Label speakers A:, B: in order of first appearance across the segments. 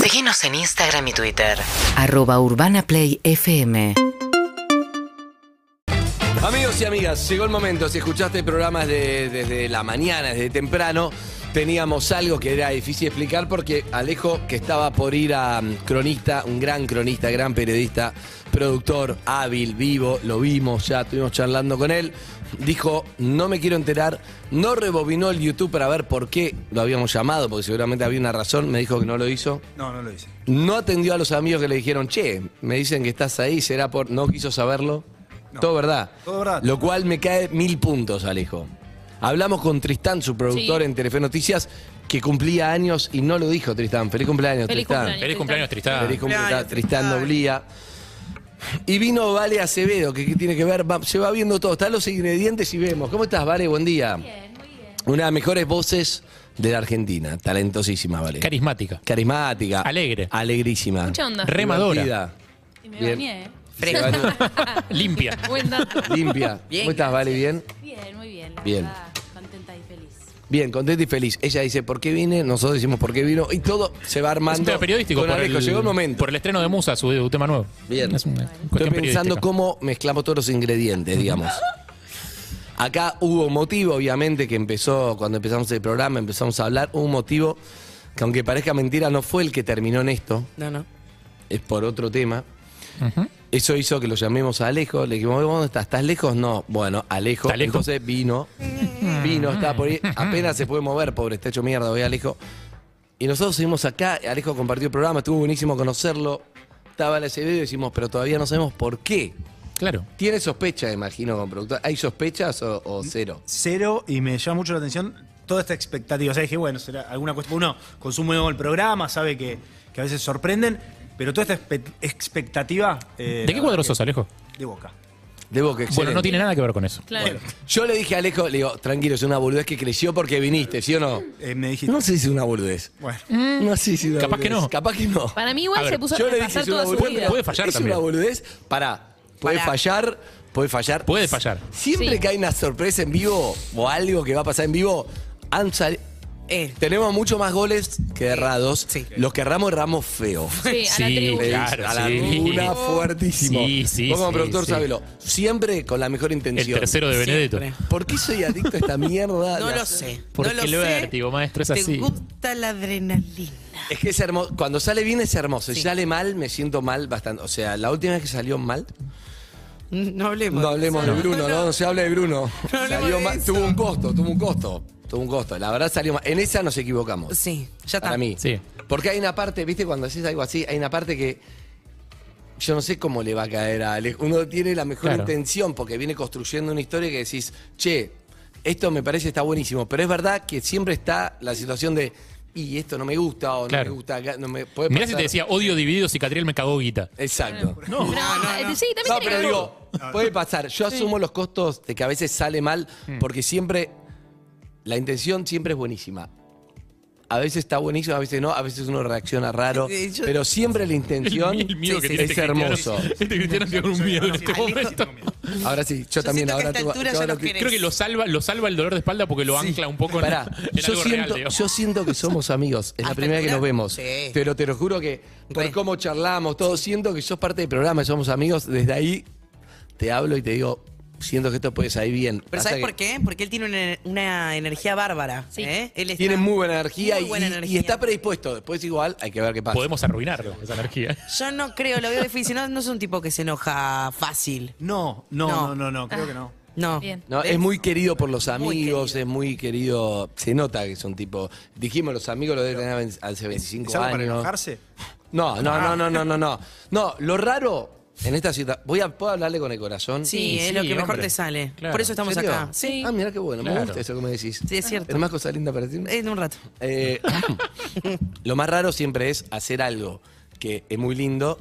A: Seguinos en Instagram y Twitter.
B: Arroba Urbana Play FM.
C: Amigos y amigas, llegó el momento. Si escuchaste programas de- desde la mañana, desde temprano, teníamos algo que era difícil explicar porque Alejo, que estaba por ir a mm, cronista, un gran cronista, gran periodista, productor, hábil, vivo, lo vimos ya, estuvimos charlando con él, dijo, no me quiero enterar, no rebobinó el YouTube para ver por qué lo habíamos llamado, porque seguramente había una razón, me dijo que no lo hizo.
D: No, no lo hice.
C: No atendió a los amigos que le dijeron, che, me dicen que estás ahí, será por. No quiso saberlo.
D: No.
C: Todo verdad.
D: Todo verdad.
C: Lo cual me cae mil puntos, Alejo. Hablamos con Tristán, su productor
E: Sí.
C: en Telefe Noticias, que cumplía años y no lo dijo Tristán. Feliz cumpleaños,
E: Feliz
C: Tristán.
E: cumpleaños.
F: Feliz cumpleaños, Tristán.
C: Feliz cumpleaños,
D: Cumpleaños,
C: Tristán
D: Tristán.
C: Noblía. Y vino Vale Acevedo, que, que tiene que ver, va- se va viendo todo, están los ingredientes y vemos. ¿Cómo estás, Vale? Buen día. Una de las mejores voces de la Argentina, talentosísima, Vale.
F: Carismática.
C: Carismática.
F: Alegre.
C: Alegrísima.
E: Mucha onda.
F: Remadora.
C: Divertida.
E: Y me
C: Bien.
E: bañé, ¿eh?
C: Fresca.
F: Limpia.
E: Buen dato.
C: Limpia. ¿Cómo estás, Vale? ¿Bien?
E: Bien, muy bien. la
C: Bien.
E: verdad, contenta y feliz.
C: Bien, contenta y feliz. Ella dice, ¿por qué vine? Nosotros decimos, ¿por qué vino? Y todo se va
F: Es un
C: armando.
F: tema periodístico.
C: con
F: Por
C: Alejo.
F: el,
C: Llegó el momento.
F: por el estreno de Musa, su, su tema nuevo.
C: Bien.
F: Es una
C: Estoy pensando
F: cuestión periodística.
C: cómo mezclamos todos los ingredientes, digamos. Acá hubo un motivo, obviamente, que empezó, cuando empezamos el programa, empezamos a hablar, hubo un motivo que aunque parezca mentira, no fue el que terminó en esto.
G: No, no.
C: es por otro tema. Eso hizo que lo llamemos a Alejo. Le dijimos, ¿dónde estás? ¿Estás lejos? No. Bueno, Alejo.
F: ¿Está lejos?
C: Entonces vino. Vino, estaba por ahí. Apenas se puede mover, pobre, está hecho mierda hoy Alejo. Y nosotros seguimos acá. Alejo compartió el programa, estuvo buenísimo conocerlo. Estaba en ese video y decimos, pero todavía no sabemos por qué.
F: Claro.
C: ¿Tiene sospecha, imagino, con productor? ¿Hay sospechas o, o cero?
D: Cero y me llama mucho la atención toda esta expectativa. O sea, dije, bueno, será alguna cuestión. Uno consume el programa, sabe que, que a veces sorprenden, pero toda esta espe- expectativa. eh,
F: ¿De qué
D: la
F: cuadro
D: verdad
F: sos,
D: que-
F: Alejo?
D: De boca.
C: Debo que
F: Bueno, no
C: excelente.
F: tiene nada que ver con eso.
E: Claro.
C: Yo le dije a Alejo, le digo, tranquilo, es una boludez que creció porque viniste, ¿sí o no?
D: Eh, me dijiste.
C: No sé si es una boludez.
D: Bueno.
C: No sé si es una
F: Mm. Capaz
C: boludez.
F: que no.
C: Capaz que no.
E: Para mí igual
F: A ver,
E: se puso a
C: Yo le dije
E: repasar
C: es una
E: toda su
C: boludez.
E: vida.
F: Puede fallar
C: es
F: también.
C: una boludez. Pará. Puede
G: Pará.
C: fallar. Puede fallar.
F: Puede fallar.
C: Siempre
E: Sí.
C: que hay una sorpresa en vivo o algo que va a pasar en vivo, han sali-
G: Eh.
C: Tenemos mucho más goles que errados.
G: Sí.
C: Los que erramos, erramos feo.
E: Sí, a la tribu.
C: Le
F: claro,
C: dice a la
F: sí.
C: luna fuertísimo.
F: Sí, sí,
C: Vos como
F: sí,
C: productor,
F: sí.
C: sabelo. Siempre con la mejor
F: El
C: intención.
F: tercero de Benedetto.
G: Siempre.
C: ¿Por qué soy adicto a esta mierda?
G: No
C: de
G: lo
C: hacer-
G: sé.
F: Porque
G: no lo
F: el
G: sé.
F: vértigo, maestro, es así.
G: Te gusta la adrenalina.
C: Es que es hermoso. Cuando sale bien es hermoso. Si
G: Sí.
C: sale mal, me siento mal bastante. O sea, la última vez que salió mal,
G: No hablemos.
C: No hablemos de Bruno, no, no se habla de Bruno.
G: No hablemos
C: Salió
G: de
C: mal,
G: eso.
C: tuvo un costo, tuvo un costo. Tuvo un costo. La verdad salió mal. En esa nos equivocamos.
G: Sí, ya está.
C: Para mí.
F: Sí.
C: Porque hay una parte, viste, cuando haces algo así, hay una parte que. Yo no sé cómo le va a caer a Alex. Uno tiene la mejor
F: Claro.
C: intención porque viene construyendo una historia que decís, che, esto me parece está buenísimo. Pero es verdad que siempre está la situación de, y esto no me gusta, o no
F: Claro.
C: me gusta acá, no me puede
F: Mirá si
C: pasar".
F: te decía odio dividido, cicatriel me cagó guita.
C: Exacto.
E: No, eh, Sí, también
C: No,
E: tiene
C: pero
E: que ver.
C: digo, puede pasar. Yo asumo los costos de que a veces sale mal
F: Mm.
C: porque siempre la intención siempre es buenísima. A veces está buenísima, a veces no, a veces uno reacciona raro,
G: Eh, yo-
C: pero siempre la intención
F: El miedo que
G: Sí, sí,
F: tiene
C: es
F: este
C: hermoso.
F: cristiano. Este cristiano tiene un miedo en este momento.
C: Ahora sí, yo,
G: Yo
C: también
G: siento que
C: ahora
G: a esta
C: tengo-
G: altura
C: yo
G: ya
C: ahora
G: no
C: que-
G: querés.
F: Creo que lo salva, lo salva el dolor de espalda porque lo ancla un poco en,
C: Pará,
F: en
C: yo,
F: algo
C: siento,
F: real.
C: yo siento que somos amigos. Es la
G: ¿Hasta
C: primera que
G: ahora?
C: nos vemos.
G: Sí.
C: Pero te lo juro que por
G: Re.
C: cómo charlamos, todo, siento que sos parte del programa, somos amigos. Desde ahí te hablo y te digo, siento que esto puede salir bien.
G: Pero
C: Hasta
G: ¿sabes
C: que
G: por qué? Porque él tiene una, una energía bárbara.
E: Sí.
G: ¿eh? Él está-
C: Tiene muy buena energía,
G: Muy
C: y-
G: buena
C: y,
G: energía.
C: está predispuesto. Después igual hay que ver qué pasa.
F: Podemos arruinarlo, esa energía.
G: Yo no creo, lo veo difícil. No, no es un tipo que se enoja fácil.
D: No, no,
G: No.
D: no, no, no, creo que no.
G: No.
E: Bien.
C: No, es muy querido por los amigos,
G: querido.
C: es muy querido. Se nota que es un tipo. Dijimos, los amigos lo deben tener hace 25
D: ¿Es algo para
C: años.
D: enojarse?
C: No, no,
G: Ah.
C: no, no, no, no, no. No, lo raro en esta ciudad. Voy a, ¿Puedo hablarle con el corazón?
G: Sí,
F: Sí,
G: es lo que
F: sí,
G: mejor
F: hombre.
G: te sale.
F: Claro.
G: Por eso estamos
C: ¿En serio?
G: acá. Sí.
C: Ah, mira qué bueno. Me
F: Claro.
C: gusta eso que me decís.
G: Sí, es cierto.
C: ¿Tenés más cosa linda para decirme?
G: En un rato.
C: Eh, lo más raro siempre es hacer algo que es muy lindo,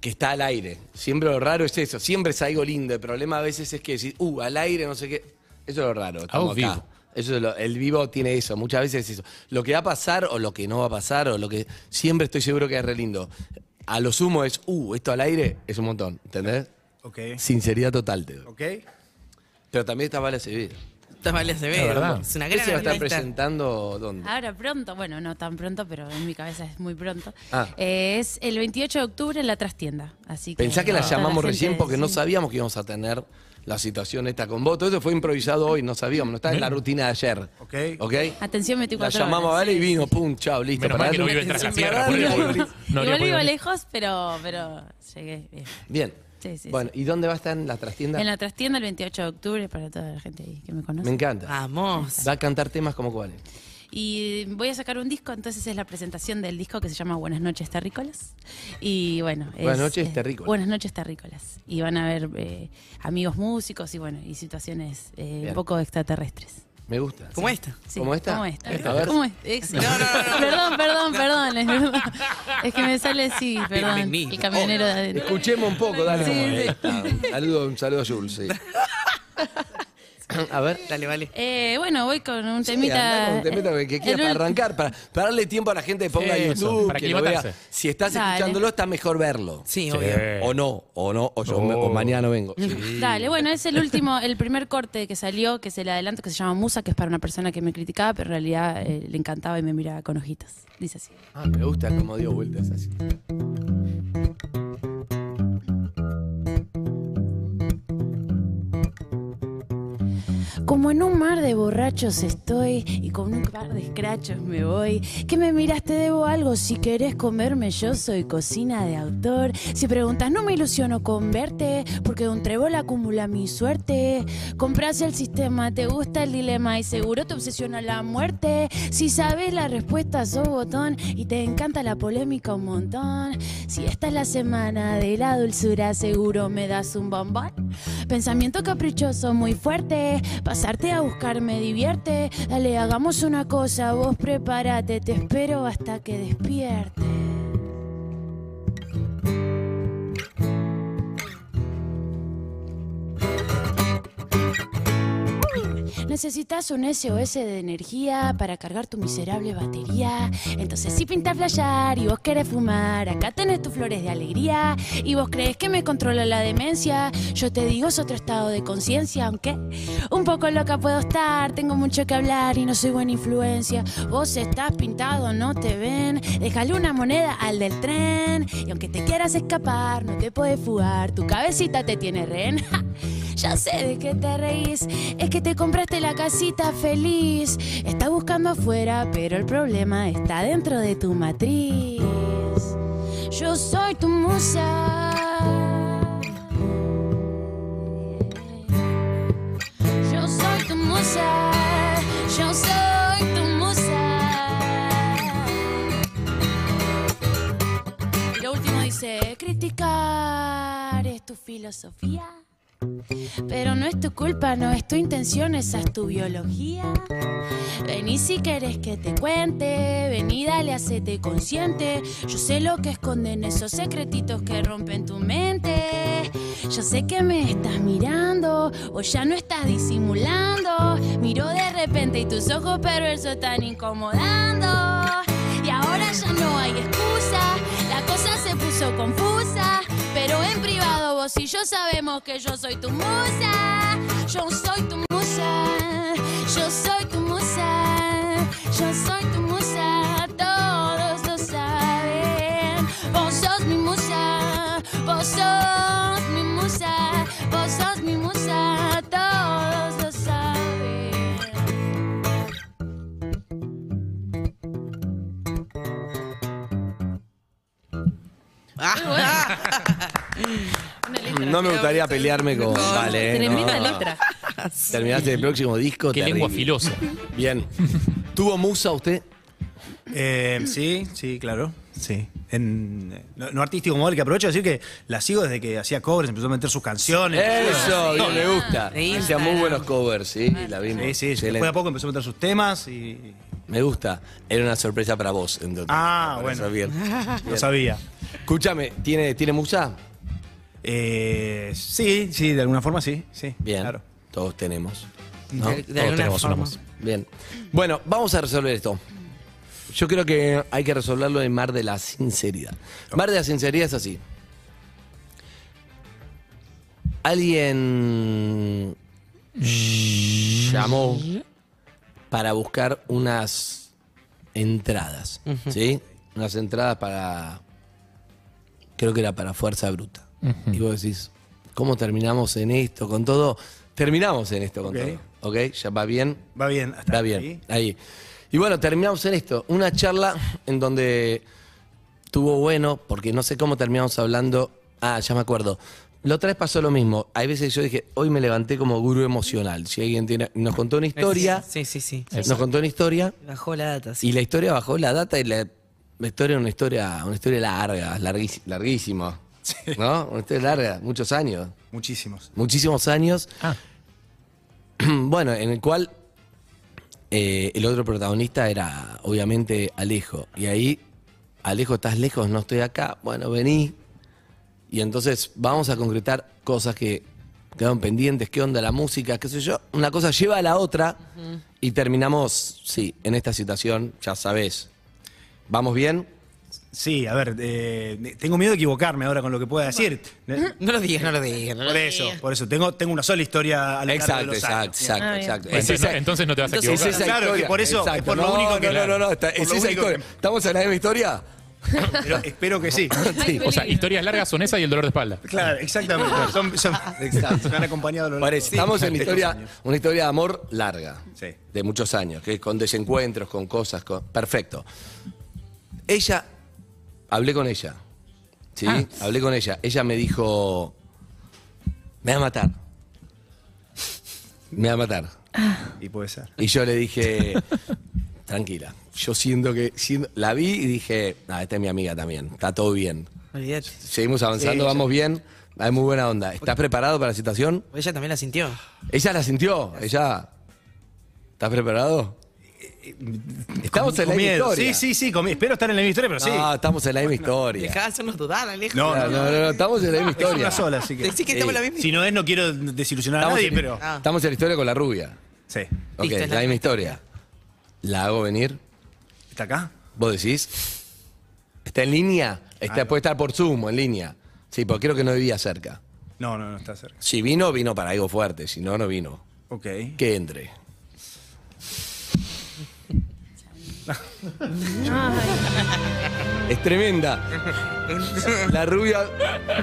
C: que está al aire. Siempre lo raro es eso. Siempre es algo lindo. El problema a veces es que decir, uh, al aire, no sé qué. Eso es lo raro. estamos
F: Ah,
C: acá.
F: vivo.
C: Eso es lo- el vivo tiene eso, muchas veces es eso. Lo que va a pasar o lo que no va a pasar o lo que siempre estoy seguro que es re lindo. A lo sumo es, uh, esto al aire es un montón, ¿entendés?
D: Ok.
C: Sinceridad total te doy.
D: Ok.
C: Pero también está vale seguir.
G: Tamale Acevedo.
F: La verdad.
G: Es una
C: ¿Qué
G: gran
C: se va a estar
G: artista.
C: presentando? ¿Dónde?
E: Ahora pronto, bueno, no tan pronto, pero en mi cabeza es muy pronto.
C: Ah.
E: Eh, es el 28 de octubre en la trastienda. Así que
C: Pensá que la
E: toda
C: llamamos
E: gente-
C: recién porque no
E: sí.
C: sabíamos que íbamos a tener la situación esta con vos. Todo eso fue improvisado hoy, no sabíamos, no estaba en la rutina de ayer.
D: Ok.
C: ¿Ok?
E: Atención
C: La
E: 24
C: llamamos a
E: horas,
C: Vale y
E: sí,
C: vino,
E: sí.
C: pum, chao, listo.
F: Menos
C: para
F: mal que no
C: darle
F: vive tras la
C: atención, para
F: tierra. por
C: darle-
F: ejemplo. No habría
E: Igual
F: podido
E: vivo
F: venir.
E: lejos, pero, pero llegué bien.
C: Bien.
E: Sí, sí,
C: Bueno, ¿y dónde va a estar en la trastienda?
E: En la trastienda el 28 de octubre para toda la gente ahí que me conoce.
C: Me encanta.
G: Vamos.
C: Va a cantar temas como cuáles.
E: Y voy a sacar un disco, entonces es la presentación del disco que se llama Buenas noches terrícolas. Y bueno, es-
C: Buenas noches,
E: es-
C: terrícolas.
E: Buenas noches terrícolas. Y van a haber eh, amigos músicos y bueno, y situaciones eh,
C: Bien.
E: un poco extraterrestres.
C: Me gusta.
G: ¿Cómo esta?
E: Sí,
C: ¿Cómo esta?
E: ¿Cómo esta?
C: Esta, a ver.
E: ¿Cómo esta? Ex- Perdón, perdón, perdón. Es, verdad. Es que me sale así, perdón.
G: mi, mi.
E: El camionero de adentro.
C: Escuchemos un poco, dale.
E: Sí,
C: cómo es.
E: sí.
C: Ah, Un saludo, un saludo a Jules, sí. A ver.
G: Dale, vale.
E: Eh, bueno, voy con un
C: Sí,
E: temita. eh,
C: andá con un temita que, que
E: El
C: quieras para
E: ul-
C: arrancar, para, para darle tiempo a la gente que ponga
F: Eso,
C: YouTube,
F: para
C: que lo vea.
F: aclimatarse.
C: Si estás
E: Dale.
C: escuchándolo, está mejor verlo.
G: Sí,
F: Sí.
G: obvio.
C: O no, o no, o yo
F: No.
C: me- o mañana vengo.
E: Dale, bueno, es el último, el primer corte que salió, que es el adelanto que se llama Musa, que es para una persona que me criticaba, pero en realidad eh, le encantaba y me miraba con ojitos. Dice así.
C: Ah, me gusta cómo dio vueltas así.
E: Como en un mar de borrachos estoy y con un par de escrachos me voy. Que me miraste debo algo, si querés comerme yo soy cocina de autor. Si preguntas no me ilusiono con verte, porque de un trébol acumula mi suerte. Compras el sistema, te gusta el dilema y seguro te obsesiona la muerte. Si sabes la respuesta sos botón y te encanta la polémica un montón. Si esta es la semana de la dulzura seguro me das un bombón. Pensamiento caprichoso muy fuerte. Pasarte a buscar me divierte. Dale, hagamos una cosa. Vos prepárate. Te espero hasta que despierte. Necesitas un SOS de energía para cargar tu miserable batería. Entonces si pinta flashear y vos querés fumar, acá tenés tus flores de alegría. Y vos crees que me controla la demencia. Yo te digo es otro estado de conciencia, aunque un poco loca puedo estar. Tengo mucho que hablar y no soy buena influencia. Vos estás pintado, no te ven. Déjale una moneda al del tren. Y aunque te quieras escapar, no te puedes fugar. Tu cabecita te tiene rehén. Ja, Ya sé de qué te reís, es que te compraste la casita feliz. Estás buscando afuera, pero el problema está dentro de tu matriz. Yo soy tu musa. Yo soy tu musa. Yo soy tu musa. Y lo último dice, criticar es tu filosofía. Pero no es tu culpa, no es tu intención, esa es tu biología. Vení si querés que te cuente, vení dale, hacete consciente. Yo sé lo que esconden esos secretitos que rompen tu mente. Yo sé que me estás mirando, o ya no estás disimulando. Miro de repente y tus ojos perversos están incomodando. Y ahora ya no hay excusa, la cosa se puso confusa. Pero en privado vos y yo sabemos que yo soy tu musa. Yo soy tu musa, yo soy tu musa, yo soy tu musa. Todos lo saben, vos sos mi musa, vos sos mi musa, vos sos mi musa. Todos lo saben.
C: No me gustaría pelearme con Vale. ¿eh?
E: Tremenda
C: No.
E: letra.
C: Terminaste el próximo disco.
F: Qué
C: terrible.
F: lengua filosa.
C: Bien. ¿Tuvo musa usted?
D: Eh, sí, sí, claro. Sí. En, eh, no, no artístico como él, que aprovecho de decir que la sigo desde que hacía covers, empezó a meter sus canciones.
C: Eso, bien, me gusta.
G: De
C: Hacía
G: Instagram.
C: muy buenos covers, sí, la vimos.
D: Sí, sí, sí.
C: Excelente.
D: Después a poco empezó a meter sus temas y.
C: Me gusta. Era una sorpresa para vos, entonces.
D: Ah,
C: Por eso,
D: bueno.
C: bien.
D: Lo sabía.
C: Escúchame, ¿tiene, ¿tiene musa?
D: Eh, sí, sí, de alguna forma sí, sí.
C: Bien.
D: Claro.
C: Todos tenemos. ¿no?
G: De, de
F: todos
G: alguna
F: tenemos una
G: forma.
F: voz.
C: Bien. Bueno, vamos a resolver esto. Yo creo que hay que resolverlo en Mar de la Sinceridad. Mar de la Sinceridad es así. Alguien llamó para buscar unas entradas, ¿sí? Unas entradas para, creo que era para Fuerza Bruta. Y vos decís, ¿cómo terminamos en esto con todo? Terminamos en esto con
D: Ok.
C: todo, ¿ok? ¿Ya va bien?
D: Va bien, hasta
C: Está bien,
D: ahí.
C: ahí. Y bueno, terminamos en esto. Una charla en donde estuvo bueno, porque no sé cómo terminamos hablando. Ah, ya me acuerdo. La otra vez pasó lo mismo. Hay veces yo dije, hoy me levanté como gurú emocional. Si alguien tiene. Nos contó una historia.
G: Sí, sí, sí.
C: Nos contó una historia.
G: Bajó la data. sí.
C: Y la historia bajó la data y la, la historia era una historia, una historia larga, larguis- larguísima. ¿No? Una historia larga, muchos años
D: Muchísimos.
C: muchísimos años.
F: Ah.
C: Bueno, en el cual eh, el otro protagonista era obviamente Alejo. Y ahí, Alejo, estás lejos, no estoy acá. Bueno, vení. Y entonces vamos a concretar cosas que quedaron pendientes, qué onda la música, qué sé yo. Una cosa lleva a la otra y terminamos, sí, en esta situación, ya sabés. ¿Vamos bien?
D: Sí, a ver, eh, tengo miedo de equivocarme ahora con lo que pueda decir. Eh,
G: No lo digas, no lo digas. no lo
D: Por
G: digas.
D: eso, por eso. Tengo, tengo una sola historia a lo largo de
C: Exacto,
D: los
C: exacto,
D: años.
C: exacto,
F: Ah,
C: exacto.
F: Entonces,
C: Es esa-
F: no, entonces no te vas a
G: Entonces,
F: equivocar.
C: Es esa
D: Claro,
C: historia.
D: que por eso-
C: Exacto.
D: es por lo único que-
C: No, no, no, no, está-
D: por
C: es esa
D: lo único
C: historia.
D: que-
C: ¿Estamos en la misma historia?
D: Pero espero que sí.
C: Sí.
F: O sea, historias largas son esa y el dolor de espalda.
D: Claro, exactamente. Son, son- Me han acompañado a lo largo
C: Parece.
D: de-
C: Estamos en
D: de los
C: historia,
D: años.
C: una historia de amor larga,
D: Sí.
C: de muchos años, que con desencuentros, con cosas, con- perfecto. Ella, hablé con ella, ¿sí?
F: Ah.
C: Hablé con ella. Ella me dijo, me va a matar. Me va a matar.
D: Y puede ser.
C: Y yo le dije, tranquila. Yo siento que, siento- la vi y dije, ah, esta es mi amiga también, está todo bien.
G: Olvídate.
C: Seguimos avanzando,
D: Sí,
C: vamos bien. Hay muy buena onda. ¿Estás preparado para la situación?
G: Ella también la sintió.
C: Ella la sintió, ella. ¿Estás preparado? Estamos en la misma
D: Con miedo.
C: historia. Ah,
D: Sí, sí, sí. con mi- Espero estar en la misma historia, pero sí.
C: No, estamos en la misma historia.
G: Dejá de hacernos dudar, Alejo.
D: No,
C: No, no, no, no, estamos en la misma
D: Es
C: historia.
D: una sola, así que.
G: Decí que
C: Sí.
G: estamos en la misma.
D: Si no es, no quiero desilusionar a
C: Estamos
D: nadie,
C: en-
D: pero.
G: Ah.
C: Estamos en la historia con la rubia.
D: Sí.
C: Ok,
G: Listo, es la
C: la misma
G: misma
C: historia. La hago venir.
D: ¿Está acá?
C: ¿Vos decís? ¿Está en línea? Está, puede estar por Zoom o en línea. Sí, porque creo que no vivía cerca.
D: No, no, no está cerca.
C: Si vino, vino para algo fuerte. Si no, no vino.
D: Ok.
C: Que entre. Es tremenda. La rubia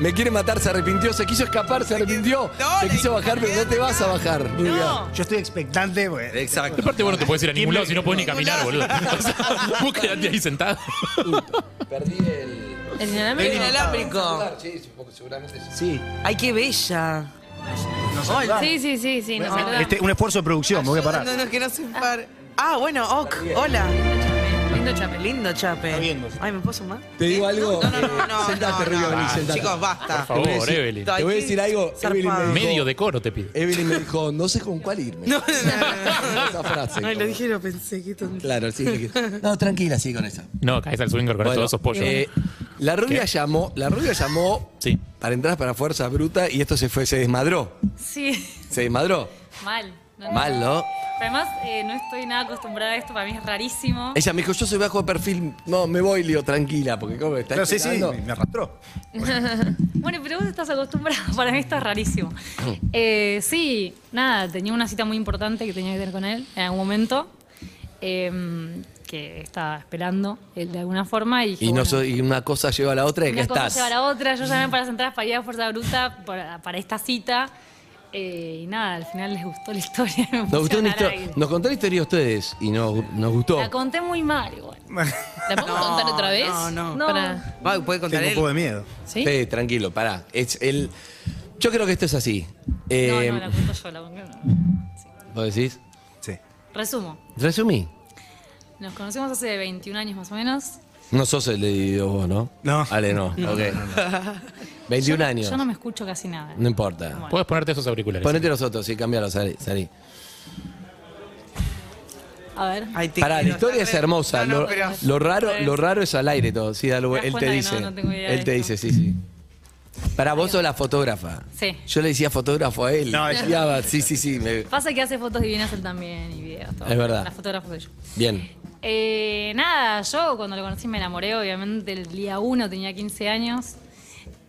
C: me quiere matar, se arrepintió, se quiso escapar, se arrepintió.
G: No,
C: Se
G: le-
C: quiso bajar, pero no te vas a bajar, rubia.
D: Yo estoy expectante, pues, porque-
C: Exacto.
F: Aparte, bueno, te puedes ir a ningún lado si no puedes ni caminar, boludo. O sea, vos quedate ahí sentado.
C: Perdí el.
H: El inalámbrico.
G: El inalámbrico.
C: Sí, supongo que seguramente sí.
D: Sí.
G: Ay, qué bella.
H: Sí, sí, sí, sí, nos saludamos.
D: Este, un esfuerzo de producción, me voy a parar.
G: No, no, que no se par. Ah, bueno, Ok. Hola.
H: Lindo chapelín.
G: Lindo, Chape.
D: viendo.
G: Ay, ¿me puedo sumar?
C: Te digo algo.
G: ¿Eh? No, no, no, no.
C: Sentate,
G: no,
C: Rubio,
G: no,
C: vení,
G: no.
C: sentate.
G: Chicos, basta.
F: Por favor, Evelyn.
C: Te voy a decir algo, Evelyn me dijo-
F: Medio decoro te pido.
C: Evelyn me dijo, no sé con cuál irme.
G: No, no, no, no.
C: Esa frase.
G: Ay, lo
C: como-
G: dije y lo pensé. Qué tonto.
C: Claro, sí. dije, No, tranquila, sí, con esa.
F: No, caes al swinger con
C: Bueno,
F: todos esos pollos.
C: eh, la rubia llamó, la rubia llamó
F: Sí.
C: para entrar para Fuerza Bruta y esto se fue, se desmadró.
H: Sí,
C: Se desmadró.
H: mal. No, no.
C: Mal, ¿no?
H: Además, eh, no estoy nada acostumbrada a esto, para mí es rarísimo.
C: Ella me dijo, yo soy bajo de perfil. No, me voy, Leo, tranquila, porque como está
D: No, sí, sí, me me arrastró.
H: Bueno, pero vos estás acostumbrada, para mí esto es rarísimo.
C: Mm.
H: Eh, sí, nada, tenía una cita muy importante que tenía que tener con él en algún momento, em, que estaba esperando eh, de alguna forma. Y, dije,
C: Y, no
H: bueno,
C: soy- y una cosa lleva a la otra y acá
H: una cosa
C: estás.
H: lleva a la otra, yo llamé para las entradas para ir a Fuerza Bruta para, para esta cita. eh, y nada, al final les gustó la historia. me puse
C: Nos, gustó
H: a
C: una
H: hablar
C: histo-
H: al aire.
C: nos contó la historia de ustedes y nos, nos gustó.
H: La conté muy mal igual.
I: ¿La podemos
G: No,
I: contar otra vez?
G: no, no.
H: No.
I: Para-
G: Va, puede contar
D: Tengo un
G: él.
D: poco de miedo.
I: ¿Sí?
C: Sí, tranquilo, pará. Es el, yo creo que esto es así. Eh,
H: no, no, la cuento yo. La... cuento-
C: ¿Vos decís?
D: Sí.
H: Resumo.
C: Resumí.
H: Nos conocimos hace 21 años más o menos.
C: No sos el de dividido vos, ¿no?
D: No.
C: Ale, no. ok. 21
H: Yo-
C: años.
H: Yo no me escucho casi nada.
C: No importa.
F: Puedes ponerte esos auriculares.
C: Ponete los otros, sí, cambialos, salí. salí.
H: A ver.
G: Ay, te
C: Pará, la
G: quiero.
C: historia es hermosa.
G: No, no,
C: lo,
G: pero-
C: lo raro, lo raro es al aire todo. Sí, dale,
H: ¿Te
C: él
H: das
C: te
H: cuenta que
C: dice.
H: no- no tengo idea de
C: él te
H: esto?
C: dice, sí, sí. Para vos sos la fotógrafa.
H: Sí.
C: Yo le decía fotógrafo a él.
D: No,
C: Y
D: ella-
C: ya, sí, sí, sí. me-
H: Pasa que hace fotos divinas él también y videos. todo.
C: Es verdad.
H: Las fotógrafos de yo.
C: Bien.
H: Eh, nada, yo cuando lo conocí me enamoré, obviamente el día uno tenía 15 años.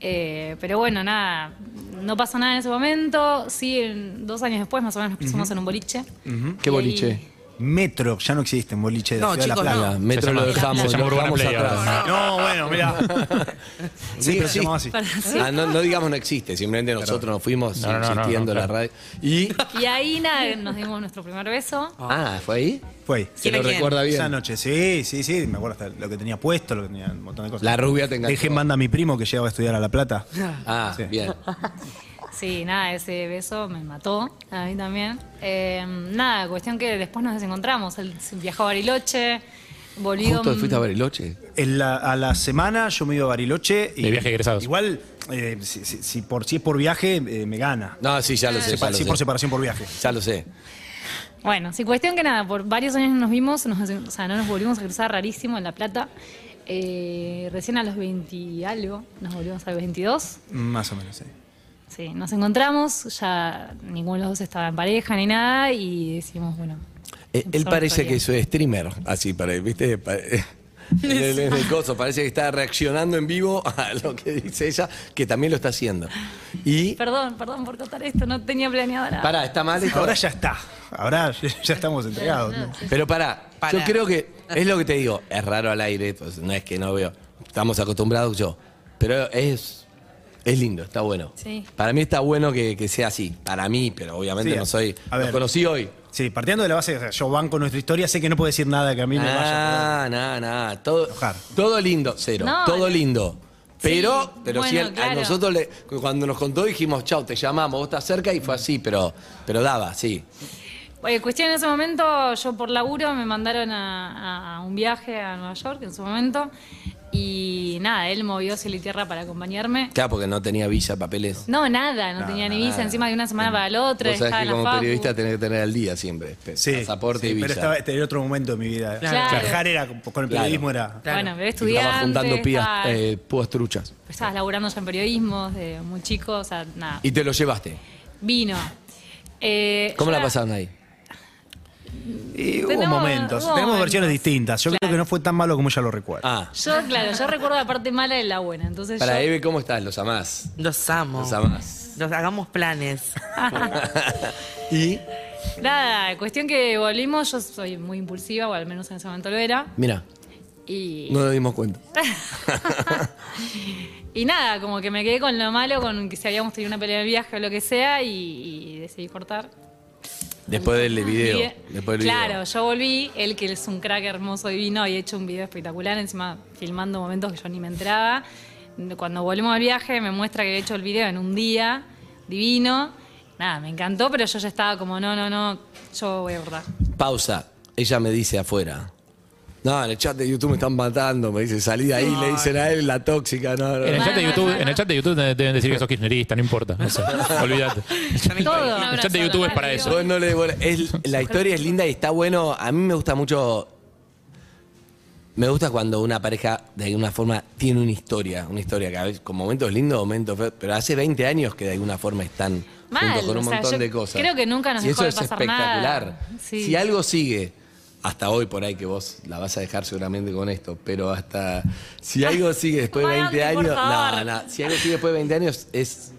H: Eh, pero bueno, nada, no pasó nada en ese momento. Sí, en- dos años después más o menos nos pusimos en un boliche.
C: ¿Qué
H: Y ahí-
C: boliche?
D: Metro, ya no existe en boliche de
G: No,
D: Ciudad de la
G: chicos,
D: Plata.
C: Ah, Metro
F: llama-
C: lo dejamos,
F: se llama
C: lo
F: Urbana
C: dejamos
F: Play ahora.
C: atrás.
D: No, bueno, mirá. Sí, pero se llamaba así.
H: Para- sí.
C: Ah, no, no digamos no existe, simplemente nosotros nos fuimos
F: No, no, no,
C: insistiendo
F: no,
C: en la
F: claro.
C: radio. Y.
H: Y ahí nada, nos dimos nuestro primer beso.
C: Ah, ¿fue ahí?
D: Fue ahí.
C: Se
G: ¿Quién
C: lo
G: es quién?
C: recuerda bien.
D: Esa noche, sí, sí, sí, me acuerdo hasta lo que tenía puesto, lo que tenía un montón de cosas.
C: La rubia te enganchó.
D: Dejé en banda a mi primo que llegaba a estudiar a La Plata.
C: Ah,
D: Sí.
C: bien.
H: Sí, nada, ese beso me mató, a mí también. Eh, nada, cuestión que después nos desencontramos. Él se- viajó a Bariloche, volvió...
G: mm.
C: ¿Justo fuiste a Bariloche?
D: En la- a la semana yo me iba a Bariloche.
F: De viaje egresados.
D: Igual, eh, si, si- si por, si es por viaje, eh, me gana.
C: No, sí,
G: Ah.
C: ya lo sé. Ya
D: Sepa-
C: lo
D: si
C: sé.
D: es por separación por viaje.
C: Ya lo sé. Eh,
H: Bueno, sí, cuestión que nada, por varios años no nos vimos, nos desen- o sea, no nos volvimos a cruzar rarísimo en La Plata. Eh, recién a los 20 y algo, nos volvimos a los 22.
D: Más o menos, sí.
H: Sí, nos encontramos, ya ninguno de los dos estaba en pareja ni nada y decimos, bueno...
C: Eh, él
H: empezó
C: parece
H: nuestra
C: que
H: vida.
C: es streamer, así, para, ¿viste? Pa- eh, En el, en el coso, parece que está reaccionando en vivo a lo que dice ella, que también lo está haciendo. Y.
H: Perdón, perdón por contar esto, no tenía planeado nada.
C: Pará, está mal esto?
D: Ahora ya está. Ahora ya estamos entregados. ¿no?
C: Pero pará,
G: Pará.
C: yo creo que es lo que te digo, es raro al aire, pues, no es que no veo, estamos acostumbrados yo, pero es, es lindo, está bueno.
H: Sí.
C: Para mí está bueno que, que sea así, para mí, pero obviamente
D: Sí,
C: no soy,
D: a
C: los
D: ver.
C: conocí hoy.
D: Sí, partiendo de la base, o sea, yo banco nuestra historia, sé que no puedo decir nada que a mí me vaya.
C: Ah, nada, nada, todo,
D: Enojar.
C: todo lindo, cero,
H: No,
C: todo
H: no.
C: lindo. Pero,
H: Sí,
C: pero
H: bueno,
C: sí, a- a
H: claro.
C: nosotros le- cuando nos contó dijimos, chau, te llamamos, vos estás cerca y fue así, pero, pero daba, sí.
H: Oye, cuestión en ese momento, yo por laburo me mandaron a, a- a un viaje a Nueva York en su momento y nada, él movió cielo y tierra para acompañarme.
C: Claro, porque no tenía visa, papeles.
H: No, nada, no tenía ni visa, encima de una semana para la otra,
C: Eh, Vos sabés
H: estaba
C: que
H: en la
C: como
H: facu.
C: periodista tenés que tener al día siempre. pe-
D: Sí,
C: pasaporte
D: sí,
C: y visa.
D: Pero estaba, este era otro momento de mi vida.
H: Claro.
D: Viajar era con con el
C: Claro.
D: periodismo era.
G: Claro.
H: Bueno, pero
C: Estaba juntando
H: estudiante,
C: pías,
H: estabas,
C: eh, púas truchas.
H: estabas laburando ya en periodismo desde muy chico, o sea, nada,
C: Y te lo llevaste.
H: vino. Eh,
C: ¿Cómo
H: yo
C: la
H: era-
C: pasaron ahí?
D: Y hubo
H: Tenemos-
D: momentos.
H: hubo
D: Tenemos
H: momentos.
D: versiones distintas. Yo creo que no fue tan malo como ella lo recuerda.
C: Ah,
H: Yo, claro, yo recuerdo la parte mala de la buena, entonces
C: para
H: yo...
C: Eve, ¿cómo estás? Los amás.
G: Los amo.
C: Los amás.
G: Los hagamos planes.
C: y,
H: Nada, cuestión que volvimos, yo soy muy impulsiva, o al menos en ese momento lo era,
C: mira,
H: y...
C: no nos dimos cuenta.
H: Y nada, como que me quedé con lo malo, con que si habíamos tenido una pelea de viaje o lo que sea, y, y decidí cortar.
C: Después del video.
H: Y-
C: Después del
H: claro,
C: video.
H: yo volví, él que es un crack hermoso divino, había hecho un video espectacular, encima filmando momentos que yo ni me enteraba. Cuando volvemos al viaje me muestra que había hecho el video en un día, divino. Nada, me encantó, pero yo ya estaba como, no, no, no, yo voy a cortar.
C: Pausa. Ella me dice afuera. No, en el chat de YouTube me están matando. Me dice, salí de ahí. le dicen a él la tóxica. No, no,
F: En el,
C: no.
F: chat de YouTube, en el chat de YouTube te deben decir que sos kirchnerista, no importa. eso, olvídate.
H: Todo.
F: El chat de YouTube es para eso.
C: Vos no le devuelves. Es- la historia es linda y está bueno. A mí me gusta mucho. Me gusta cuando una pareja de alguna forma tiene una historia, una historia que a veces con momentos lindos, momentos feos, pero hace 20 años que de alguna forma están
H: Mal,
C: juntos con un
H: o sea,
C: montón
H: yo
C: de cosas.
H: creo que nunca nos
C: y
H: dejó
C: eso
H: de
C: es
H: pasar nada.
C: espectacular.
H: Sí.
C: Si algo sigue hasta hoy por ahí que vos la vas a dejar seguramente con esto, pero hasta si algo sigue después de 20
H: Mande,
C: años, no,
H: por favor.
C: no, si algo sigue después de 20 años es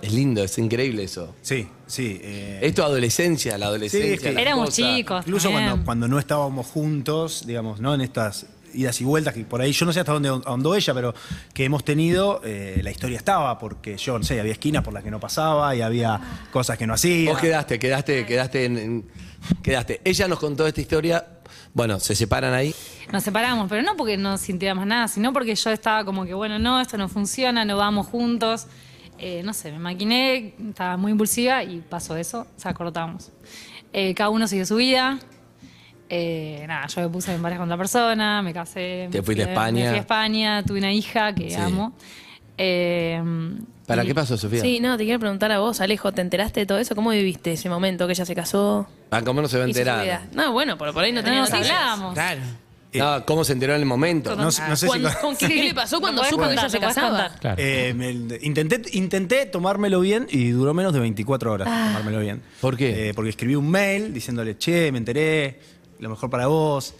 C: es lindo, es increíble eso.
D: Sí, sí. eh,
C: Es tu adolescencia, la adolescencia.
D: es que-
C: la
H: Éramos
C: cosa.
H: chicos.
D: Incluso cuando,
H: también.
D: cuando no estábamos juntos, digamos, ¿no? En estas idas y vueltas que por ahí, yo no sé hasta dónde ahondó ella, pero que hemos tenido, eh, la historia estaba, porque yo, no sé, había esquinas por las que no pasaba y había cosas que no hacía.
C: Vos quedaste, quedaste, quedaste en, en- Quedaste. Ella nos contó esta historia. Bueno, se separan ahí.
H: Nos separamos, pero no porque no sintiéramos nada, sino porque yo estaba como que, bueno, no, esto no funciona, no vamos juntos. Eh, no sé, me maquiné, estaba muy impulsiva y pasó eso, o sea, cortamos. Eh, cada uno siguió su vida. Eh, nada, yo me puse en pareja con otra persona, me casé.
C: Te
H: me
C: fuiste a
H: fui
C: España.
H: Me fui a España, tuve una hija que
C: Sí.
H: amo. Eh,
C: ¿Para
H: y-
C: qué pasó, Sofía?
I: Sí, no, te quiero preguntar a vos, Alejo, ¿te enteraste de todo eso? ¿Cómo viviste ese momento que ella se casó?
C: Ah, ¿Cómo no se va a
I: hizo su
C: enterar?
I: vida? No, bueno, pero por ahí no
H: No
I: tenía
H: nos
I: noticias.
H: hablábamos.
G: Claro.
C: No, ¿Cómo se enteró en el momento?
D: No, sé- no sé si...
I: Cuando- ¿con qué, qué le pasó cuando
H: No podés
I: supo que ella
H: contar,
I: se
H: no podés
I: casaba?
H: contar.
F: Claro.
D: Eh, me- intenté, intenté tomármelo bien y duró menos de 24 horas tomármelo bien.
C: ¿Por qué?
D: Eh, porque escribí un mail diciéndole, che, me enteré, lo mejor para vos.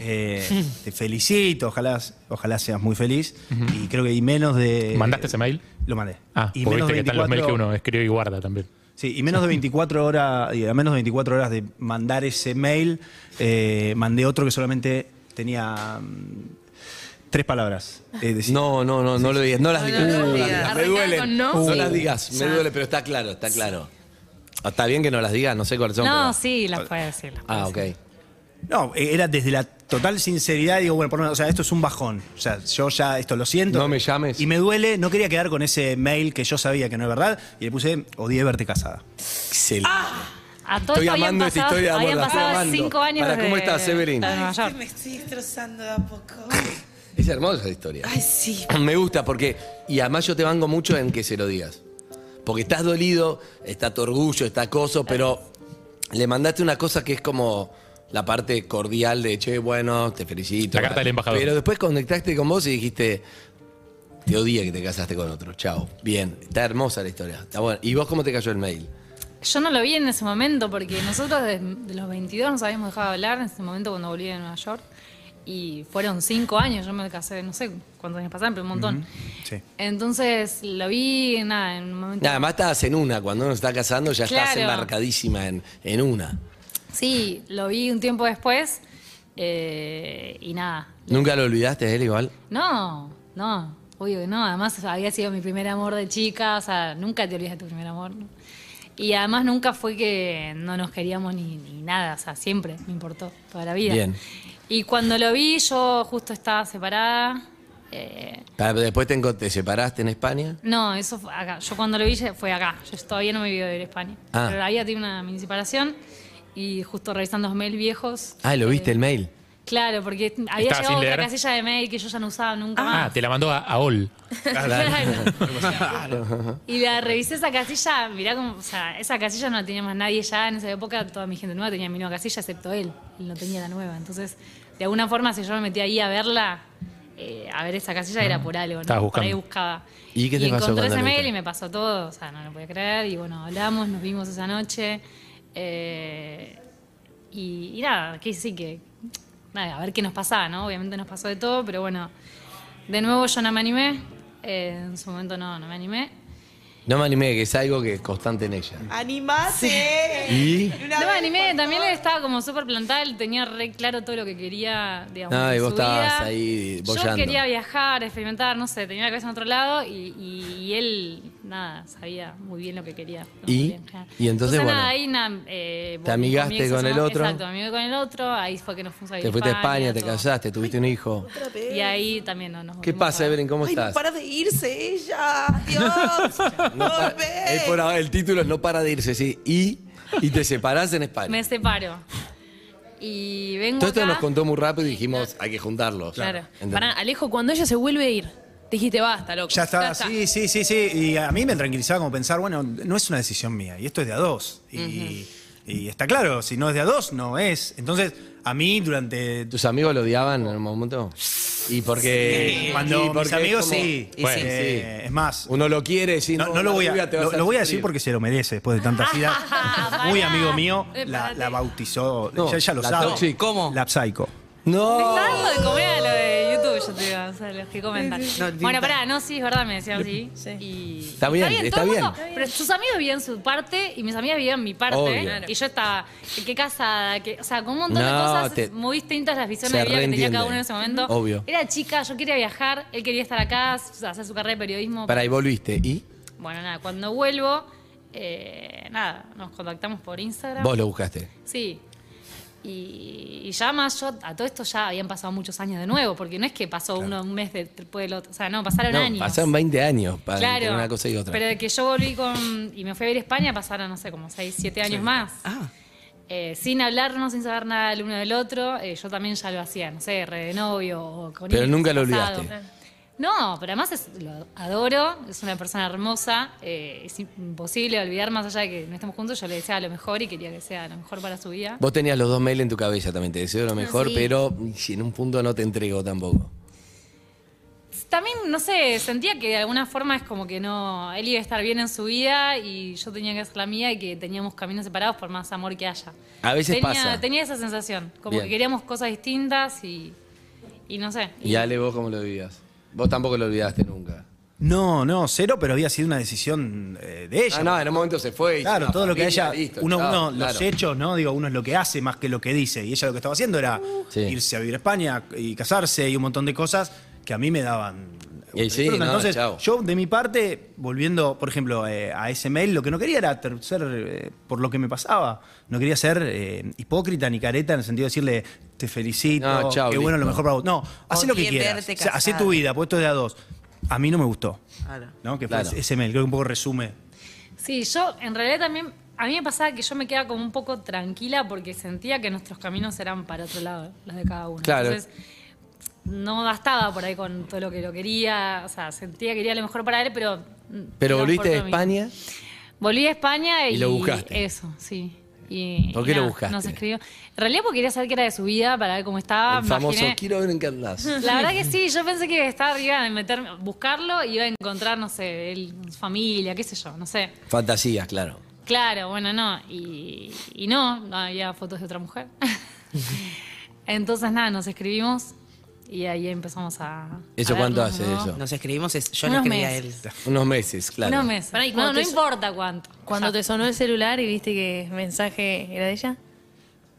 D: Eh, te felicito, ojalá, ojalá seas muy feliz. Y creo que y menos de.
F: ¿Mandaste ese mail?
D: Lo mandé.
F: Ah,
D: y
F: porque
D: menos
F: viste
D: de
F: que están los mails que
D: 24
F: uno escribe y guarda también.
D: Sí, y menos de 24 horas, y a menos de 24 horas de mandar ese mail, eh, mandé otro que solamente tenía mm, tres palabras. Eh, decía-
C: No, no, no, no lo digas. No las
G: No,
C: digas.
G: no, no
C: no
G: lo
C: las
G: digas.
C: digas, Me
I: Arrancaba
C: duele.
I: con
C: No,
I: no. Sí.
C: las digas. Me duele, pero está claro, está claro. Ah, Está bien que no las digas, no sé cuáles son.
H: No,
C: pero-
H: sí, las puede decir. las puede
C: Ah, ok.
H: decir.
D: No, eh, era desde la total sinceridad, digo, bueno, por lo menos, o sea, esto es un bajón. O sea, yo ya esto lo siento.
C: No me llames.
D: Y me duele, no quería quedar con ese mail que yo sabía que no es verdad, y le puse, odié verte casada.
C: Excelente.
H: A todo
C: Estoy
H: esto habían
C: amando esta
H: pasado-
C: historia de amor.
H: Habían
C: la estoy
H: pasado
C: amando.
H: cinco años
C: Para, ¿Cómo
H: de-
C: estás, Evelyn?
H: de Nueva York.
G: Me estoy destrozando de a poco.
C: Es hermosa la historia.
G: Ay, sí.
C: Me gusta porque, y además yo te banco mucho en que se lo digas. Porque estás dolido, está tu orgullo, está acoso, pero le mandaste una cosa que es como la parte cordial de, che, bueno, te felicito.
F: La carta del embajador.
C: Pero después conectaste con vos y dijiste, te odia que te casaste con otro, chao. Bien, está hermosa la historia, está bueno. ¿Y vos cómo te cayó el mail?
H: Yo no lo vi en ese momento porque nosotros de, de los 22 nos habíamos dejado de hablar en ese momento cuando volví de Nueva York y fueron cinco años, yo me casé, no sé cuántos años pasaron, pero un montón.
D: Sí.
H: Entonces lo vi, nada, en un momento...
C: Nada más estabas en una, cuando uno está casando ya estás
H: Claro.
C: embarcadísima en, en una.
H: Sí, lo vi un tiempo después eh, y nada.
C: ¿Nunca lo olvidaste de él igual?
H: No, no, obvio que no. Además había sido mi primer amor de chica, o sea, nunca te olvidas de tu primer amor. ¿no? Y además nunca fue que no nos queríamos ni, ni nada, o sea, siempre me importó, toda la vida.
C: Bien.
H: Y cuando lo vi, yo justo estaba separada. eh,
C: Para- Después te, encont- te separaste en España.
H: no, eso fue acá. Yo cuando lo vi ya fue acá. Yo todavía no me vi de España.
C: Ah.
H: Pero la vida tiene una mini separación y justo revisando los mails viejos.
C: Ah, ¿lo viste el mail?
H: Claro, porque
F: Estaba sin
H: había llegado otra
F: leer.
H: casilla de mail que yo ya no usaba nunca más.
F: Ah, te la mandó a, a All.
H: Claro. Y la revisé esa casilla, mirá como, o sea, esa casilla no la tenía más nadie ya en esa época, toda mi gente nueva tenía mi nueva casilla, excepto él, él no tenía la nueva. Entonces, de alguna forma, si yo me metía ahí a verla, eh, a ver esa casilla era por algo, ¿no?
F: Estabas
H: Por ahí
F: buscando.
H: buscaba.
C: Mm. ¿Y qué te pasó
H: encontré
C: cuando
H: ese
C: lo
H: mail
C: viste?
H: y me pasó todo, o sea, no lo podía creer. Y bueno, hablamos, nos vimos esa noche. eh, y, y nada, que sí que. Nada, a ver qué nos pasaba, ¿no? Obviamente nos pasó de todo, pero bueno. De nuevo yo no me animé. eh, en su momento no, no me animé.
C: No me animé, que es algo que es constante en ella.
G: ¡Animate!
C: ¿Y?
H: No me animé, también estaba como súper plantada, él tenía re claro todo lo que quería, digamos.
C: Ah, y
H: en
C: vos
H: su
C: estabas
H: vida.
C: ahí boyando.
H: Yo quería viajar, experimentar, no sé, tenía la cabeza en otro lado y, y- y él, nada, sabía muy bien lo que quería. ¿no?
C: ¿Y?
H: Muy bien, claro.
C: Y entonces, bueno,
H: nada, ahí, nada, eh, volví
C: amigaste
H: mi ex a
C: con el
H: San-
C: otro.
H: Exacto, me amigué con el otro, ahí fue que nos fuimos a vivir
C: Te fuiste a España, te
H: todo.
C: casaste, tuviste un hijo.
H: Y ahí también no nos
C: ¿Qué
H: volvimos
C: pasa,
H: a ver.
C: Evelyn? ¿Cómo
G: Ay, no
C: estás?
G: para de irse ella. Dios.
C: No pa-
G: Volvé.
C: Es por ahora, el título es No para de irse, sí. ¿Y? Y te separás en
H: Me
C: España.
H: separo. Y vengo
C: Todo esto
H: acá.
C: nos contó muy rápido y dijimos, hay que juntarlo.
I: Claro.
C: ¿Entendés?
I: Pará, Alejo, cuando ella se vuelve a ir, te dijiste basta, loco.
D: Ya está,
I: está.
D: sí, sí, sí, sí. Y a mí me tranquilizaba como pensar, bueno, no es una decisión mía, y esto es de a dos. Y, y está claro, si no es de a dos, no es. Entonces, a mí durante...
C: ¿Tus amigos lo odiaban en un momento? Y porque... y
D: Cuando mis
C: porque es
D: amigos,
C: como-
D: sí.
G: Y Bueno. sí.
D: Eh, Es más,
C: Uno lo quiere, sí.
D: No, no lo voy a,
C: te vas
D: lo, lo voy a decir
C: sufrir.
D: porque se lo merece después de tantas idas. Muy amigo mío, la, la bautizó,
C: No,
D: ya, ya lo
C: la
D: sabe.
C: toxic.
G: ¿Cómo?
D: La psycho.
H: Me
C: ¡No!
H: está dando de comer a lo de YouTube, yo te digo, o sea, los que comentan.
G: sí. No, tinta.
H: bueno, pará, no, sí, es verdad, me decían sí. Y-
C: Está bien, está
H: todo el
C: bien.
H: mundo- pero sus amigos vivían su parte y mis amigas vivían mi parte.
C: Obvio. Claro.
H: Y yo estaba, que qué casada, que, o sea, con un montón de
C: No,
H: cosas
C: te-
H: muy distintas las visiones
C: se
H: de vida que tenía
C: reentiende.
H: cada uno en ese momento.
C: Obvio.
H: Era chica, yo quería viajar, él quería estar acá, hacer su carrera de periodismo.
C: Para ahí volviste. ¿Y?
H: Bueno, nada, cuando vuelvo, eh, nada, nos contactamos por Instagram.
C: Vos lo buscaste.
H: Sí. Y, y ya más yo, a todo esto ya habían pasado muchos años de nuevo, porque no es que pasó uno un mes de- después del otro, o sea, no, pasaron
C: No,
H: años.
C: pasaron 20 años para
H: Claro,
C: entre una cosa y otra.
H: pero de que yo volví con, y me fui a ver España, pasaron, no sé, como 6, 7 años más.
G: Ah.
H: Eh, sin hablarnos, sin saber nada del uno del otro, eh, yo también ya lo hacía, no sé, re de novio o con
C: Pero
H: ex,
C: nunca lo
H: casado.
C: olvidaste.
H: No, pero además es- lo adoro, es una persona hermosa, eh, es imposible olvidar más allá de que no estemos juntos, yo le deseaba lo mejor y quería que sea lo mejor para su vida.
C: Vos tenías los dos mails en tu
H: Ah,
C: cabeza también, te deseo lo mejor,
H: sí.
C: pero si en un punto no te entrego tampoco.
H: también, no sé, sentía que de alguna forma es como que no, él iba a estar bien en su vida y yo tenía que hacer la mía y que teníamos caminos separados por más amor que haya.
C: A veces
H: tenía,
C: pasa.
H: Tenía esa sensación, como
C: Bien.
H: que queríamos cosas distintas y, y no sé.
C: Y Ale, vos cómo lo vivías. Vos tampoco lo olvidaste nunca.
D: No, no, cero, pero había sido una decisión eh, de ella.
C: Ah, no, en un momento se fue. hizo
D: Claro,
C: una
D: todo lo que
C: familia,
D: ella.
C: listo,
D: uno,
C: chao,
D: uno los
C: claro.
D: hechos, ¿no? Digo, uno es lo que hace más que lo que dice. Y ella lo que estaba haciendo era
C: Sí.
D: irse a vivir a España y casarse y un montón de cosas que a mí me daban.
C: Y ahí sí,
D: disfrute.
C: no,
D: Entonces,
C: chao.
D: yo de mi parte, volviendo, por ejemplo, eh, a ese mail, lo que no quería era ter- ser eh, por lo que me pasaba. No quería ser eh, hipócrita ni careta en el sentido de decirle, te felicito,
C: No, chao,
D: qué bueno,
C: listo.
D: lo mejor para vos. No, haz lo que
G: bien
D: quieras.
G: verte
D: O sea, hacé
G: casada.
D: tu vida, pues esto es de a dos. A mí no me gustó.
G: Claro.
D: ¿no? Que fue
C: Claro.
D: ese mail, creo que un poco resume.
H: Sí, yo en realidad también, a mí me pasaba que yo me quedaba como un poco tranquila porque sentía que nuestros caminos eran para otro lado, eh, los de cada uno.
C: Claro.
H: Entonces, no gastaba por ahí con todo lo que lo quería, o sea, sentía que quería lo mejor para él, pero... mm,
C: Pero
H: iba
C: volviste
H: por
C: a
H: lo mismo.
C: España.
H: Volví a España y...
C: Y lo buscaste.
H: Eso, sí. Y,
C: ¿Por
H: y
C: qué lo
H: nada,
C: buscaste?
H: Nos escribió. En realidad porque quería saber qué era de su vida, para ver cómo estaba.
C: el famoso
H: Ah, imaginé-
C: quiero ver en qué andás.
H: la verdad que sí, yo pensé que estaba arriba de meterme, buscarlo y iba a encontrar, no sé, él, su familia, qué sé yo, no sé.
C: Fantasías, claro.
H: Claro, bueno, no. Y, y no, no había fotos de otra mujer. Entonces, nada, nos escribimos y ahí empezamos a.
C: ¿Eso
H: a
C: cuánto
H: vernos,
C: hace
H: ¿no?
C: eso?
G: Nos escribimos, es- yo le
H: Unos
G: escribí a él.
H: meses.
C: Unos meses, claro.
H: Unos meses.
I: Pará, ¿y
H: no,
I: cuánto
H: no
I: te-
H: importa cuánto.
I: Cuando te sonó el celular y viste que el mensaje era de ella.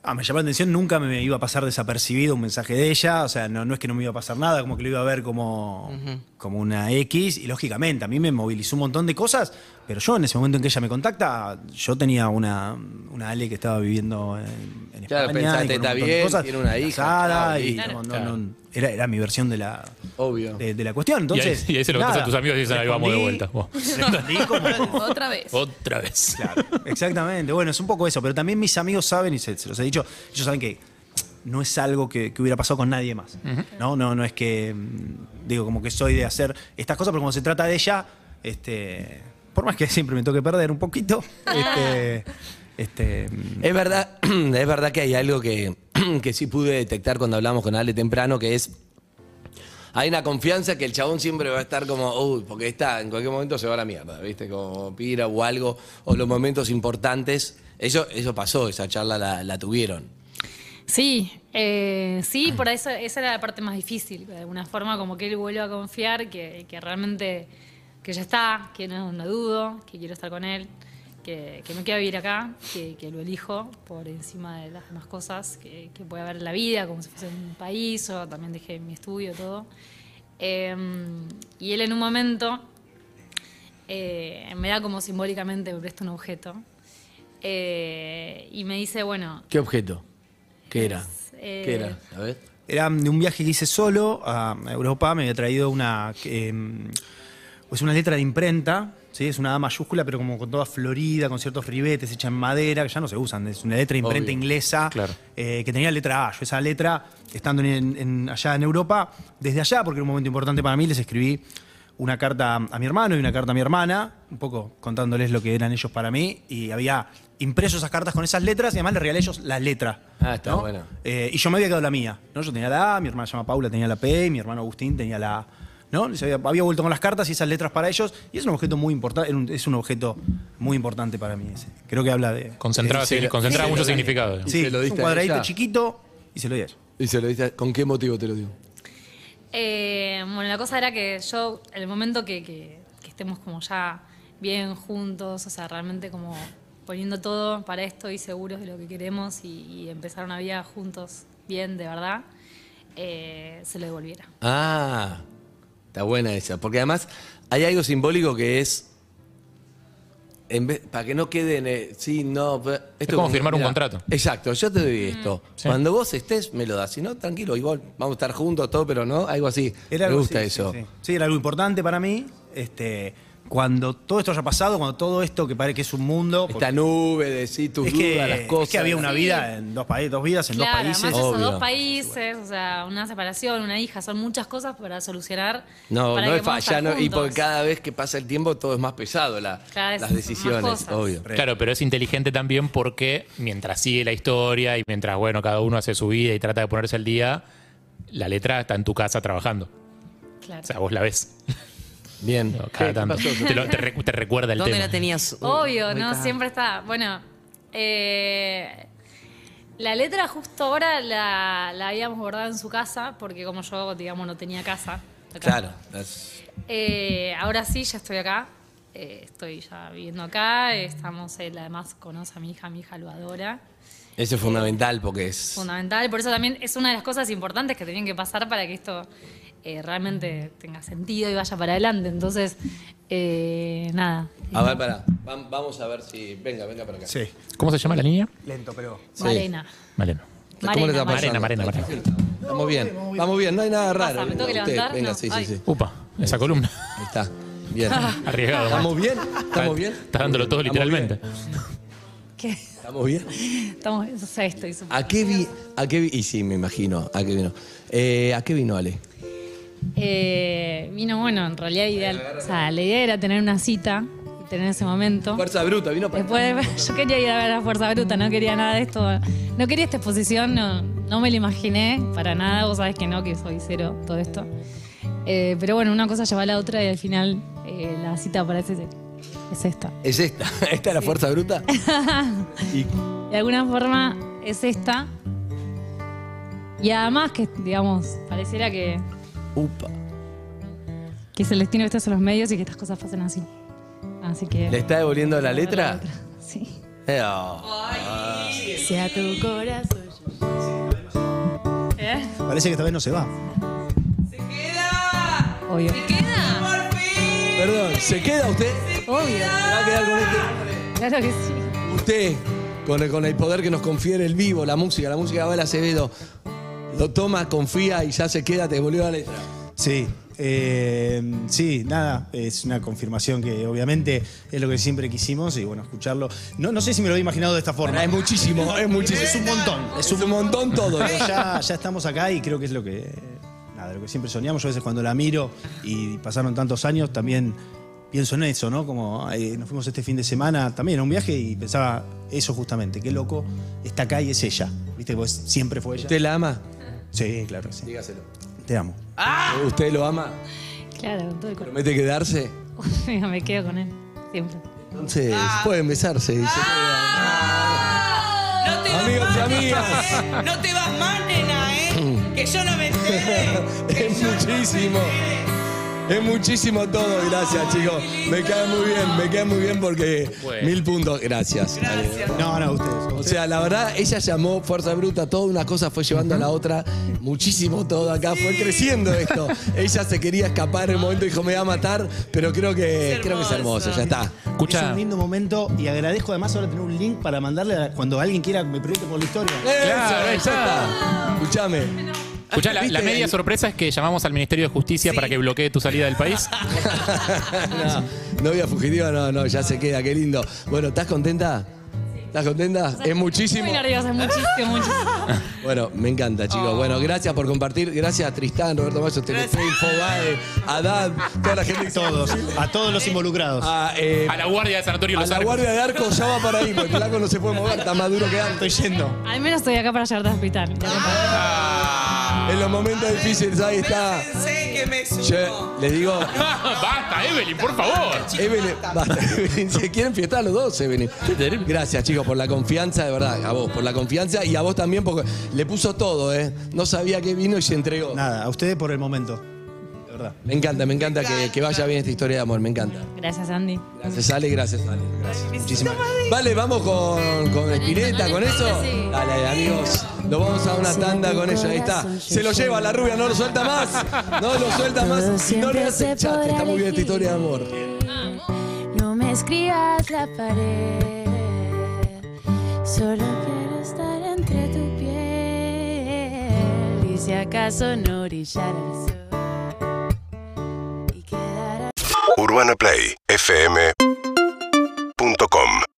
D: Ah, me llamó la atención, nunca me iba a pasar desapercibido un mensaje de ella, o sea, no, no es que no me iba a pasar nada, como que lo iba a ver como, como una X, y lógicamente a mí me movilizó un montón de cosas, pero yo en ese momento en que ella me contacta, yo tenía una, una Ale que estaba viviendo en, en
C: Claro,
D: España,
C: pensaste,
D: y con un
C: está
D: montón de
C: bien, tiene una hija,
D: casada,
C: claro,
D: y
C: listo.
D: no, no,
F: Claro.
D: no, era, era mi versión de la,
C: Obvio.
D: de, de la cuestión, entonces...
F: y ahí se lo contás
D: nada,
F: a tus amigos y dices, ahí vamos de
D: respondí-
F: vuelta. Vos.
D: respondí como-
I: Otra vez.
F: Otra vez.
D: Claro, exactamente. Bueno, es un poco eso, pero también mis amigos saben, y se, se los he dicho, ellos saben que no es algo que, que hubiera pasado con nadie más. No, no, no es que mm, digo como que soy de hacer estas cosas, pero como se trata de ella, este, por más que siempre me toque perder un poquito, este, este, mm,
C: Es verdad, es verdad que hay algo que, que sí pude detectar cuando hablamos con Ale temprano, que es. Hay una confianza que el chabón siempre va a estar como, uy, porque está, en cualquier momento se va a la mierda, ¿viste? Como pira o algo, o los momentos importantes. Eso, eso pasó, esa charla la, la tuvieron.
H: Sí, eh, sí, por eso esa era la parte más difícil, de alguna forma, como que él vuelva a confiar, que, que realmente, que ya está, que no, no dudo, que quiero estar con él, que, que me quiero vivir acá, que, que lo elijo por encima de las demás cosas que, que puede haber en la vida, como si fuese un país, o también dejé mi estudio, todo. Eh, y él en un momento eh, me da como simbólicamente, me presta un objeto, eh, y me dice, bueno,
C: ¿Qué objeto? ¿Qué era?
H: eh,
C: ¿Qué era? A ver.
D: era de un viaje que hice solo a Europa, me había traído una, eh, pues una letra de imprenta, ¿sí? es una A mayúscula, pero como con toda florida, con ciertos ribetes hecha en madera, que ya no se usan, es una letra de imprenta
C: Obvio.
D: inglesa,
F: Claro.
D: eh, que tenía letra A. Yo esa letra, estando en- en- allá en Europa, desde allá, porque era un momento importante para mí, les escribí una carta a mi hermano y una carta a mi hermana, un poco contándoles lo que eran ellos para mí, y había impreso esas cartas con esas letras y además les regalé a ellos la letra.
C: Ah, está
D: ¿no?
C: bueno.
D: Eh, y yo me había quedado la mía. ¿no? Yo tenía la A, mi hermana se llama Paula tenía la P, y mi hermano Agustín tenía la A. ¿no? Y se había, había vuelto con las cartas y esas letras para ellos. Y es un objeto muy importante, es un objeto muy importante para mí ese. Creo que habla de.
F: Concentraba,
C: Sí,
F: signi-
C: sí,
F: concentraba
C: sí,
F: mucho
C: sí.
F: significado. digamos.
D: Sí,
C: se lo
D: es un
C: diste a
D: cuadradito
C: ella?
D: chiquito y se lo di a ella.
C: Y se lo diste, ¿con qué motivo te lo dio?
H: Eh, bueno, la cosa era que yo, en el momento que, que- que estemos como ya bien juntos, o sea, realmente como poniendo todo para esto y seguros de lo que queremos y, y empezar una vida juntos bien, de verdad, eh, se lo devolviera.
C: Ah, está buena esa. Porque además hay algo simbólico que es. En vez, para que no queden. eh, sí, no. pero- Esto
F: como firmar un contrato.
C: Exacto, yo te doy esto.
F: Sí.
C: Cuando vos estés, me lo das. Si no, tranquilo, igual vamos a estar juntos, todo, pero no. Algo así.
D: Era
C: me
D: algo-
C: gusta
D: sí,
C: eso.
D: Sí, sí. Sí, era algo importante para mí. Este, cuando todo esto haya pasado, cuando todo esto que parece que es un mundo.
C: Esta nube de sí, tus
D: es,
C: dudas,
D: que,
C: las
D: es
C: cosas.
D: que había una
H: Sí.
D: vida en dos países, dos vidas en
H: claro,
D: dos países.
H: además esos
C: Obvio.
H: dos países, o sea, una separación, una hija, son muchas cosas para solucionar.
C: No,
H: para
C: no
H: que
C: es
H: podamos
C: falla.
H: estar
C: no- y por
H: juntos.
C: cada vez que pasa el tiempo, todo es más pesado. la-
H: Cada vez
C: las
H: son más
C: decisiones,
H: cosas.
C: obvio.
F: Claro, pero es inteligente también porque mientras sigue la historia y mientras, bueno, cada uno hace su vida y trata de ponerse al día, la letra está en tu casa trabajando.
H: Claro.
F: O sea, vos la ves.
C: Bien.
F: Cada tanto. Te, lo- te recu- te recuerda el
G: ¿Dónde
F: tema.
G: la tenías?
H: Obvio, ¿no?
G: ubicada?
H: Siempre está. Bueno, eh, la letra justo ahora la, la habíamos guardado en su casa, porque como yo, digamos, no tenía casa. acá.
C: Claro. es-
H: Eh, ahora sí, ya estoy acá. Eh, estoy ya viviendo acá. Estamos, él además conoce a mi hija, mi hija lo adora.
C: Eso es fundamental porque es.
H: Fundamental, por eso también es una de las cosas importantes que tenían que pasar para que esto eh, realmente tenga sentido y vaya para adelante. Entonces, eh, nada.
C: A ver, pará. Vam- Vamos a ver si. Venga, venga para acá.
D: Sí,
F: ¿Cómo se llama la niña?
D: lento, pero.
C: Sí.
H: Malena.
F: Malena.
C: ¿Cómo le está
H: Malena,
C: pasando?
F: Marena, Marena,
C: Vamos bien, vamos bien, no hay nada raro.
H: pasa? ¿Me tengo que
C: Usted,
H: levantar?
C: Venga,
H: No.
C: sí, sí,
H: Ay.
C: sí.
F: Upa, esa columna.
C: Ahí está. Bien.
F: Arriesgado.
C: ¿Estamos
F: macho.
C: bien? ¿Estamos bien?
F: Estás dándolo todo
C: Estamos
F: literalmente.
H: ¿Qué?
C: ¿Estamos bien?
H: Estamos, o sea, estoy súper-
C: ¿A qué vi? ¿A qué vi? Y sí, me imagino. ¿A qué vino? Eh, ¿A qué vino Ale?
H: Eh, vino, bueno, en realidad ideal. O sea, la idea era tener una cita, y tener ese momento.
C: Fuerza bruta, vino para.
H: Después yo quería ir a ver a Fuerza Bruta, no quería nada de esto. No quería esta exposición, no, no me la imaginé para nada. Vos sabés que no, que soy cero todo esto. Eh, pero bueno, una cosa lleva a la otra y al final eh, la cita parece ser- es esta.
C: Es esta, esta es la fuerza bruta. Y
H: De alguna forma es esta. Y además que, digamos, pareciera que,
C: upa.
H: que es el destino que estás en los medios y que estas cosas pasen así. Así que...
C: ¿Le está devolviendo la letra?
H: Sí.
C: Eh, oh.
E: Sea tu corazón.
H: ¿Eh?
D: Parece que esta vez no se va.
H: Obvio.
C: Perdón, ¿se queda usted?
H: Obvio.
C: Se va a quedar con este-
H: Claro que sí.
C: Usted, con el, con el poder que nos confiere el vivo, la música, la música de Abel Acevedo, lo toma, confía y ya se queda, te devolvió la letra.
D: Sí, eh, sí, nada, es una confirmación que obviamente es lo que siempre quisimos y bueno, escucharlo. No, no sé si me lo había imaginado de esta forma.
C: Pará, es muchísimo, es muchísimo.
D: Es un montón,
C: Es un montón todo.
D: Pero ya, ya estamos acá y creo que es lo que, nada, lo que siempre soñamos. Yo a veces cuando la miro y pasaron tantos años, también pienso en eso, ¿no? Como eh, nos fuimos este fin de semana también a un viaje y pensaba eso justamente, qué loco, está acá y es ella. ¿Viste? Pues siempre fue ella.
C: ¿Usted la ama?
D: Sí, claro que sí.
C: Dígaselo.
D: Te amo.
C: ¿Usted lo ama?
H: Claro, con todo el corazón.
C: ¿Promete quedarse?
H: Me quedo con él, siempre.
C: Entonces, pueden besarse. y se
G: No te
C: Amigos y
G: vas,
C: amigas.
G: Mane, No te vas más, nena, ¿eh? Que yo no me entere.
C: quedan. es muchísimo. Es muchísimo todo, gracias chicos. Me cae muy bien, me cae muy bien porque
F: Bueno.
C: mil puntos, gracias.
G: Gracias.
D: No, no, ustedes.
C: O sea, la verdad, ella llamó Fuerza Bruta, toda una cosa fue llevando a la otra, muchísimo todo acá, fue creciendo esto. Ella se quería escapar en un momento, dijo, me va a matar, pero creo que
G: Es
C: creo que es hermoso,
G: hermoso.
C: ya está.
F: Escucha.
D: Es un lindo momento y agradezco además ahora tener un link para mandarle a- cuando alguien quiera me pregunte por la historia.
C: Eso,
F: ahí
C: ya
F: está.
C: está. Escuchame.
F: Escuchá, la, la
C: ¿Viste?
F: media sorpresa es que llamamos al Ministerio de Justicia para que bloquee tu salida del país.
C: No, novia fugitiva, no, no, ya se queda, qué lindo. Bueno, ¿estás contenta? ¿Estás contenta? Es muchísimo.
H: Muy nerviosa, muchísimo, muchísimo.
C: Bueno, me encanta, chicos. Bueno, gracias por compartir. Gracias a Tristán, Roberto Mayo, Telefe, Infobae, a Dan, toda la gente.
D: Todos, a todos los involucrados.
C: A, eh,
F: A la guardia de Sanatorio
C: a
F: Los
C: la
F: Arcos.
C: guardia de arco ya va para ahí, porque el flaco no se puede mover, está más duro que antes.
D: Estoy yendo.
H: Al menos estoy acá para llevarte al hospital.
F: Ah.
C: En los momentos difíciles, ahí está.
G: Pensé que me subo.
C: Yo les digo,
F: Basta, Evelyn, por favor.
C: Evelyn, basta, Evelyn, se quieren fiestar los dos, Evelyn. Gracias, chicos, por la confianza, de verdad, a vos, por la confianza y a vos también, porque le puso todo, ¿eh? No sabía qué vino y se entregó.
D: Nada, a ustedes por el momento. De verdad.
C: Me encanta, me encanta que, que vaya bien esta historia de amor, me encanta.
H: Gracias, Andy.
C: Gracias, Ale, gracias, Ale. Gracias. Muchísimas gracias. Vale, vamos con, con Espineta, con eso. Dale, amigos. Nos vamos a una tanda con eso. Ahí está. Se lo lleva la rubia, no lo suelta más. No lo suelta más. No le hace chat. Está muy bien esta historia de amor.
E: No me escribas la pared, solo quiero estar entre tu piel. Y si acaso no brillar el sol y quedar
J: Urbana Play fm.com